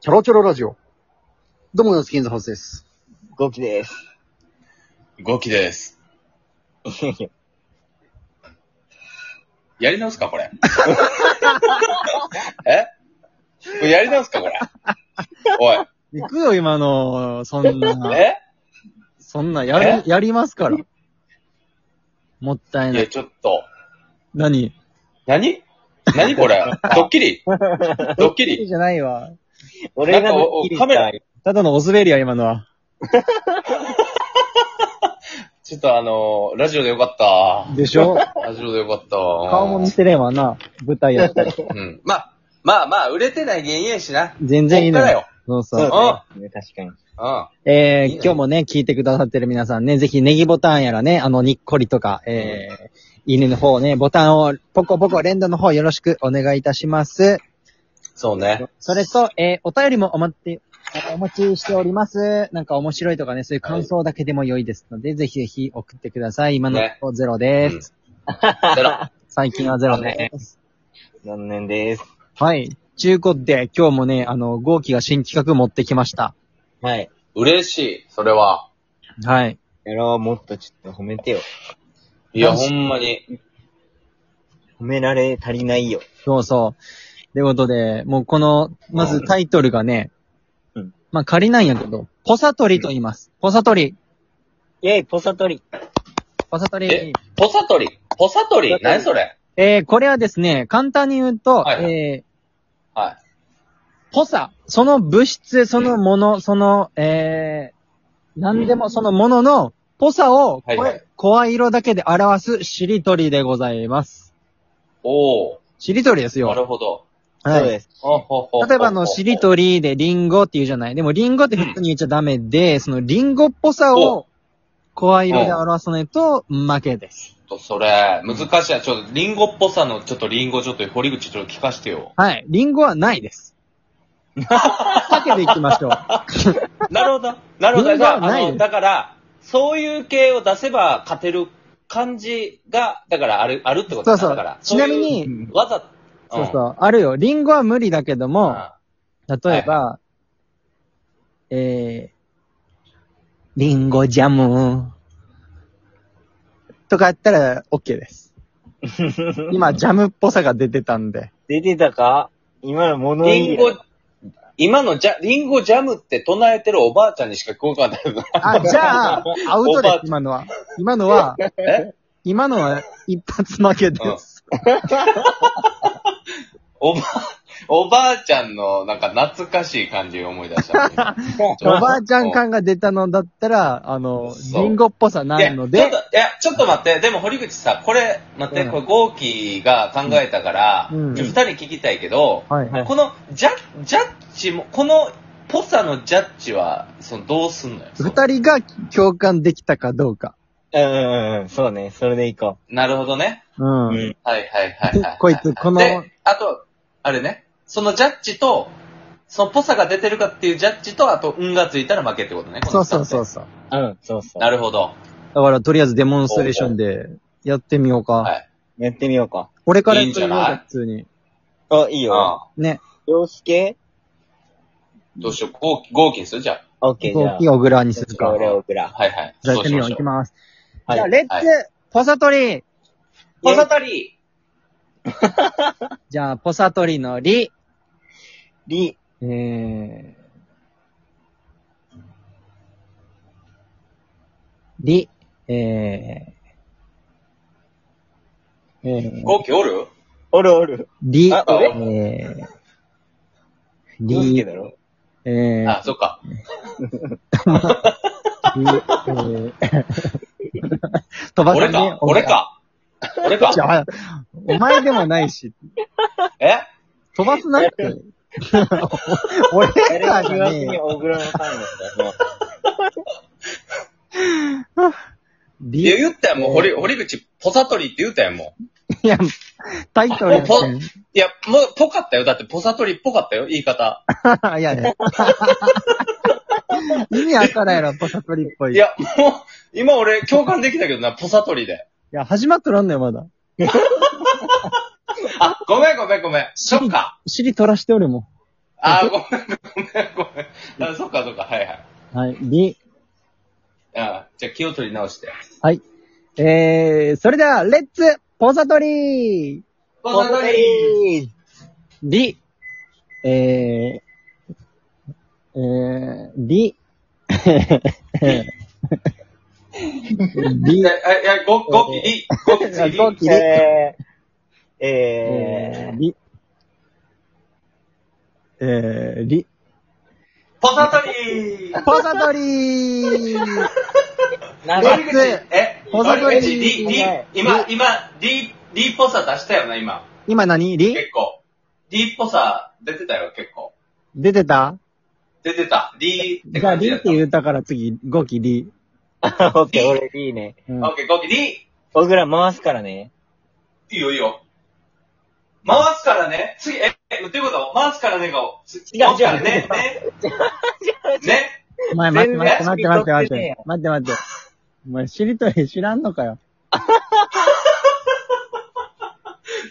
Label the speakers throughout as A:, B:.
A: チャロチャロラジオ。どうも、ナスキンズホースです。
B: ゴキです。
C: ゴキです。 やり直すか、これ。 えこれやり直すか、これ。お
D: 行くよ、今の、そん
C: い。
D: な、
C: え
D: そんな、やり、やりますから。もったい
C: い
D: な
C: や、
D: い。
C: ちょっと。
D: 何
C: 何何これドッキリドッキリ
D: じゃないわ。
B: 俺が
C: なんか
B: ド
C: お
B: ッキリ
C: カメラ
B: した
D: ただのお滑りや、今のは。
C: ちょっとあのー、ラジオでよかっ
D: でしょ
C: た。ラジオでよかった。
D: 顔も見てねえわな。舞台やったり。
C: うん。まあ、まあまあ、売れてない芸人やしな。
D: 全然いいの
C: こっからよ。。
D: よそう
B: そう
D: そう。
B: ね確かに。
C: うん。
D: え
C: いいの
D: ー、
C: よ
D: 今日もね、聞いてくださってる皆さんね、ぜひネギボタンやらね、あの、にっこりとか、えー、犬の方ね、ボタンを、ポコポコ連打の方よろしくお願いいたします。
C: そうね。
D: それと、えー、お便りもお待って、お待ちしております。なんか面白いとかね、そういう感想だけでも良いですので、ぜひぜひ送ってください。今のところゼロです、
C: ゼロ。
D: 最近はゼロです。
B: 残念です。
D: はい。中古で、今日もね、あの、豪気が新企画持ってきました。
B: はい。
C: 嬉しい、それは。
D: はい。
B: やろう、もっとちょっと褒めてよ。
C: いや、ほんまに。
B: 褒められ足りないよ。
D: そうそう。ということで、もうこの、まずタイトルがね、
B: うん
D: まあ仮なんやけど、ポサトリと言います。ポサトリ。
B: イェイ、ポサ取り。
D: ポサト
C: え
D: リ。、
C: ポサトリポサトリ何それ
D: えー、これはですね、簡単に言うと、
C: はいはい
D: えー、
C: はい。
D: ポサ、その物質、そのもの、その、えー、何でもそのものの、ポサを声、
C: はいはい
D: 声色だけで表すしりとりでございます。
C: おー。
D: しりとりです
C: な
D: よ。
C: るほど。
B: そう
D: はい。
B: です。
C: 例
D: 例えばあの、しりとりでリンゴって言うじゃない。でもリンゴって普通に言っちゃダメで、そのリンゴっぽさを声色で表さないと負けです。。
C: と、それ、難しいな。ちょっと、リンゴっぽさの、ちょっとリンゴ、ちょっと、堀口、ちょっと聞かしてよ
D: はい。リンゴはないです。避けていきましょう。
C: なるほど。なるほど。
D: リ
C: じ
D: ンゴ
C: ゃ
D: は
C: あ、
D: ない
C: あの、だから、そういう系を出せば勝てる感じが、だから、ある、あるってこと
D: そう
C: だ
D: そ
C: だから
D: う。。ちなみに、
C: そういう、わざ、
D: そう
C: う
D: そ
C: ん。
D: う。あるよ。リンゴは無理だけども、例えば、えー、リンゴジャムとかやったら OK です。今、ジャムっぽさが出てたんで。
B: 出てたか今の物
C: リ
B: 言い
C: ンゴ、今のジャ、リンゴジャムって唱えてるおばあちゃんにしか聞こえなかったよ
D: あ、じゃあ、アウト
C: お
D: で
C: ば
D: す
C: あ、
D: 今のは。今のは、
C: え
D: 今のは一発負けです。
C: おば、おばあちゃんの、なんか懐かしい感じを思い出した。
D: おばあちゃん感が出たのだったら、あの、
C: そう
D: リンゴっぽさないの
C: いや
D: で
C: ちょ、っと、いや、ちょっと待って。でも、堀口さ、これ、待って、
D: うん
C: これ、ゴーキーが考えたから、ち
D: う
C: ょ
D: ん
C: っと二人聞きたいけど、
D: はい。
B: はい
C: この、ジャッ、ジャッジも、この、ポサのジャッジは、その、どうすんのよ。その
D: 二人が共感できたかどうか。
B: うんうんうん。そうね。それでいこ
C: なるほどね。
D: うん。
B: う。うん。
C: はいはいはい、はい。
D: こいつこの
C: で、あと、あれね、そのジャッジと、そのポサが出てるかっていうジャッジと、あと、運がついたら負けってことね。こ
D: そ
C: の
D: う
C: 二つね
D: そうそうそう。
B: うん、そうそう。
C: なるほど。
D: だから、とりあえずデモンストレーションでやってみようか。
C: はい。
B: やってみようか。
D: 俺から言ってみよう
C: いいんじゃな
D: か
C: い、
D: 普通に。
B: あ、いいよ。
C: う
D: ね。
B: 洋介
C: ん。どうしよう。ゴーキー、ゴーキーにするじゃ
B: オッケー、じゃ
D: 大
B: あ
D: きい。小倉にする
B: じゃあ
D: か。
B: 俺はオクラ
C: あ。。はいはい。
D: じゃあやってみよう。
C: そ
D: い
C: し
D: き
C: ましょ
D: ます。
B: はい
D: じゃあ、レッツ、
C: はい
D: ポサトリ
C: うポサトリ
D: じゃあ、ポサトリのリ。
B: リ、
D: えー。リ、えー。えー、
C: ゴーキーおる
B: おるおる。
D: リ、え
B: あ
C: 俺
D: ー、
B: 洋
D: リ
B: 介、だろ
D: えー、
C: あ、そっか。
D: えー 飛ばさ
C: 俺
D: ねえ
C: か。俺。か。俺か
D: お前。じゃあお前でもないし、
C: え
D: 飛ばすな って。俺
B: 誰
D: か
B: が
D: じゃね
B: 言わず
D: え
B: に
D: よ。
B: オクラのファンだったらもう
C: いや、
D: リ
C: 言ったよ、もう、堀、堀口、ポサトリって言ったよ、もう。
D: いや、タイトルや
C: ポ
D: ね
C: いや、もう、ぽかったよ。だって、ポサトリっぽかったよ、言い方。
D: いやい や。意味わからんやろ、ポサトリっぽい。
C: い
D: いや、
C: や、もう、今俺、共感できたけどな、ポサトリで。
D: 始まっとらんのよ、まだ。
C: あ、ごめんごめんごめん。そっか。
D: 尻取らしておるもん。
C: あー、ごめん、ごめん、ごめん。あ、そっか、そっか、はいはい。
D: はい、り。
C: あーじゃあ気を取り直して。
D: はい。えー、それでは、レッツポサトリー
C: ポサトリ
D: り。えー、えー、 り。
C: い
D: り
C: や、。いや、ご、ごきり、ごき り。
D: ごきり
B: えー、
D: え
B: え
D: ー、り。え ー、り。
C: ポサトリー
D: ポサトリー
B: ー、なん
C: 悪
B: か、
C: 口、え、
D: ポサトリー
C: 悪口、リ、リ、今、今、リ、リっぽさ出したよな、今。
D: 今何り
C: 結構。リっぽさ出てたよ、結構。
D: 出てた
C: 出てた。リって
D: じゃあ、
C: 感じ
D: り
C: や
D: っ
C: ってた。
D: 言ったから次、ゴキり。
B: オッケー、俺いいね。
D: うん
C: オッケー、ごきり。
B: 僕ら回すからね。
C: いいよ、いいよ。回すからね。次、え、え、っていうこと回すからねが、
B: 違う
C: 回すから
B: 違う
C: ね。ね。ね。
D: お前待って待って
B: 全
D: 待って
B: 然
D: 待って待っ
B: 知
D: て
B: りと。
D: 待って待って。お前しりとり知らんのかよ。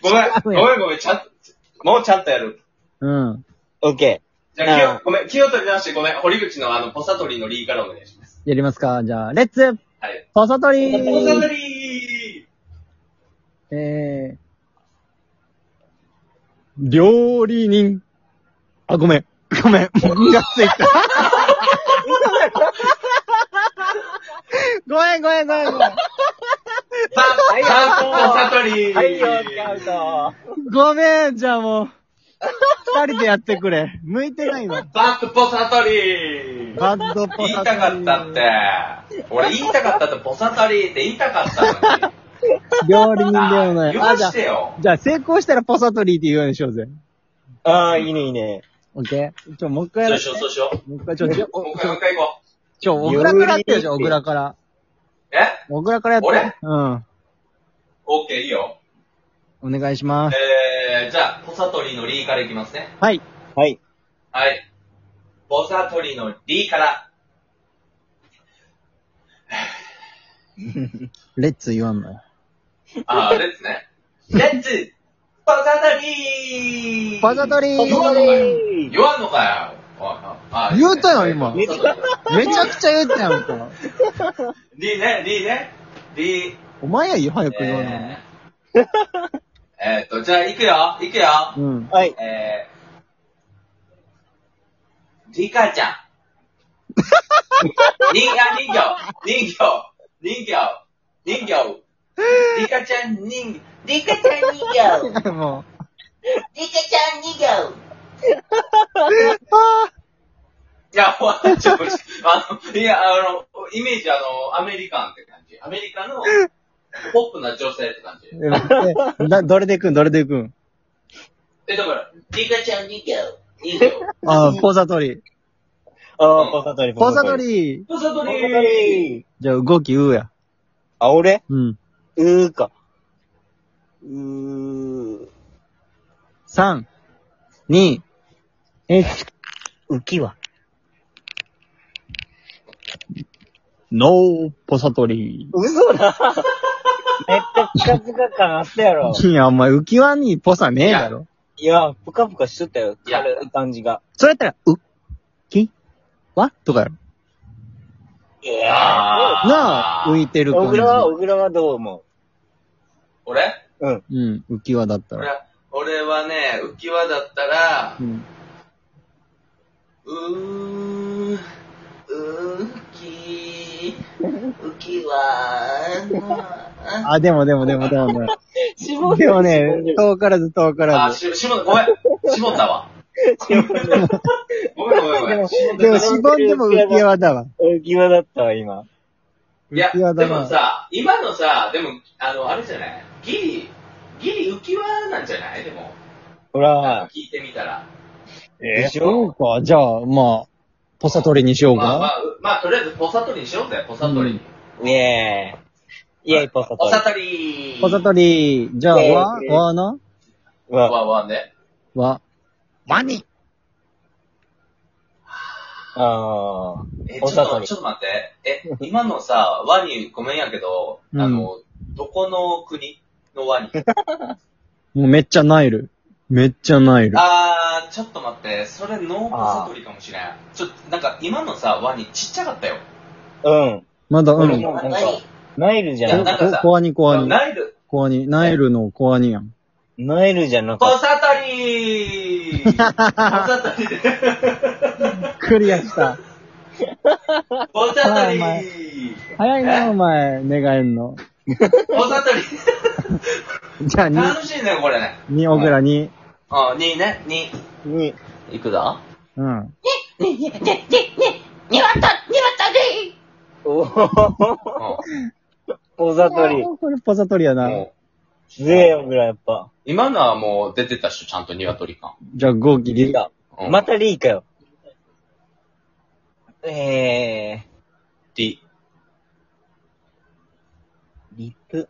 C: ごめん、ご
D: 違うよ
C: めん、ごめん、ちゃんと、もうちゃんとやる。
D: うん。
B: オッケ
C: じゃあ、気
B: あ
C: を、
B: あ
C: ごめん、気を取り直して、ごめん、堀口のあの、ポサトリのリーからお願いします。
D: やりますかじゃあ、レッツ
C: はい。
D: ポサトリ
C: ポサト
D: ー
C: リー
D: えー、料理人。あ、ごめん。ごめん。もう、がついた。ごめんごめんごめんごめん。
C: パ
B: はい
C: パポサトリー
B: ー。はいよ、アウト。
D: ごめん、じゃあもう。二人でやってくれ。向いてないわ。
C: バッドポサトリー
D: バッドポ
C: 言い
D: サト
C: た
D: リー
C: かったって。俺言いたかったって、ポサトリーって言いたかった のに。
D: 料理人で
C: あ
D: はない。
C: 許
D: じゃ
C: し
D: あ
C: てよ。
D: じゃあ成功したらポサトリーって言うようにしようぜ。
B: あー、いいね、いいね。
D: オッケーちょ、もう一回や
C: そうしよ
D: ろ
C: う、そうしよ
D: う。もう一回、ちょ、ちょ、
C: う。もう
D: お
C: 一
D: ち
C: 回、もう
D: ょ
C: 一回行こう。
D: ちょ、小倉からやってよ、じゃあ小倉から。
C: え
D: 小倉からやって。うん。
C: オッケー、いいよ。
D: お願いします。
C: えー、じゃあ、ポサトリのリーからいきますね。
D: はい。
B: はい。
C: はい。ポサトリのリーから。
D: レッツ言わんのよ。
C: あー、レッツね。レッツポサトリー
D: ポサトリー
C: 言わんのかよ言わんのかよおいおいあー
D: 言うたよ今
C: ポサト
D: めちゃくちゃ言ったやんか。
C: リーリーね、リーね。リー。
D: お前やよ、早く言わんのに
C: え ーえーっと、じゃあ、行くよ行くよ、
D: うん。
B: はい。
C: えー、リカ ちゃん。人形、人形、人形、人形、人形。リカちゃん人、リカちゃん人形、リカ
D: もう。
C: ちゃん人形。
D: あ
C: いや、もうちょっと、あの、いや、あの、イメージあの、アメリカンって感じ。アメリカのポップな女性って感じ。
D: ーえなどれで行くんどれで行くん
C: え、だから、リカちゃん人形、人形。
D: あー、ポサトリー。
B: あー、ポサトリ、
D: ポサト。リー。
C: ポサト
B: ポ
C: リ
B: サト
C: ー。
B: リー。
D: じゃあ動き言うや。
B: あ、俺
D: うん。
B: うーか。うー、
D: 3、2、1。
B: 浮き輪。
D: ノーポサトリ
B: 嘘だめっちゃピカピカ感あったやろ。
D: ー。いや、お前浮き輪にポサねえだろ。
B: いや、ぷかぷかしとったよ。
C: いや
B: 軽い感じが。
D: それやったら、う、き、わとかやろ。
B: い
C: やー
D: なあ、浮いてる
B: 小
D: 感じ
B: 倉。は、小倉はどう思
C: 俺
B: ううん。
D: うん、浮き輪だったら。
C: 俺俺はね、浮き輪だったら
D: う、ん。
C: うーん、浮き、浮き輪。
D: あ、でもでもでもでもでも。
B: 絞
D: でもね、遠からず遠か
C: あ、
D: らず。
C: し、しも、ごめん、しもんだわ。ごめんごめんごめん。しもん
D: でも
C: だ
D: しぼんでも浮き輪だわ。
B: 浮き輪だったわ、今。
C: いや、
D: 浮き輪
C: で
D: だ
C: も
D: な。
C: さ、今のさ、でも、あの、あれじゃないギリ、ギリ浮き輪なんじゃないでも、
B: ほ
C: なん
B: ら
C: か、聞いてみたら。
B: え
D: でしょうかじゃあ、まあ、ポサトリにしよう
C: まあま
D: か。
C: あ、うまあ、とりあえず、ポサトリにしようぜ、ポサトリに。
B: イエーイ。イエーイ、ポサ
C: ポサ
B: ト
C: トリ
D: ポサトリじゃあ、
B: えー
D: わ、わな
B: リ。わ、
C: わわね。
D: わ。ワニ
B: あ
C: え、ちょ
B: ポ
C: っ
B: サト
C: と、
B: リ
C: ちょっと待って。え、今のさ、ワニ、ごめんやけど、あの、どこの国のワニ
D: もうめっちゃナイル。めっちゃナイル。
C: あー、ちょっと待って、それノーパサトリかもしれん。ちょっと、なんか今のさ、ワニちっちゃかったよ。
B: うん。
D: まだ、う
B: 俺
D: ん。
B: も
D: こ
B: なんか、ナイルじゃなかっ
C: なんかさ
D: コアニ、コアニ、
C: ナイル、
D: コアニ、ナイルのコアニやん。
B: た。ナイルじゃなか
C: パ
B: っ
C: サト リーパサトリー
D: クリアした。
C: パサトリ
D: はい
C: ー
D: 早いな、お前、寝返んの。
C: パサトリ
D: じゃあ、
C: ー
D: に、
C: 楽しいね、これね。
D: に、小倉に。
C: あ、2ね、2。
B: た。に、
C: いくぞ。
D: うん。
B: お
C: うん
B: お、大里り。
D: あーこれポサトリやな。
C: もう
B: すげえよ、ぐらいやっぱ。
C: 今のはもう出てたっしょ、ちゃんと鶏感。
D: じゃあ、ゴーキ
B: リ
D: リ。
B: カ。
C: うん
B: またリーかよ。え
C: リ、
B: ー、リップ。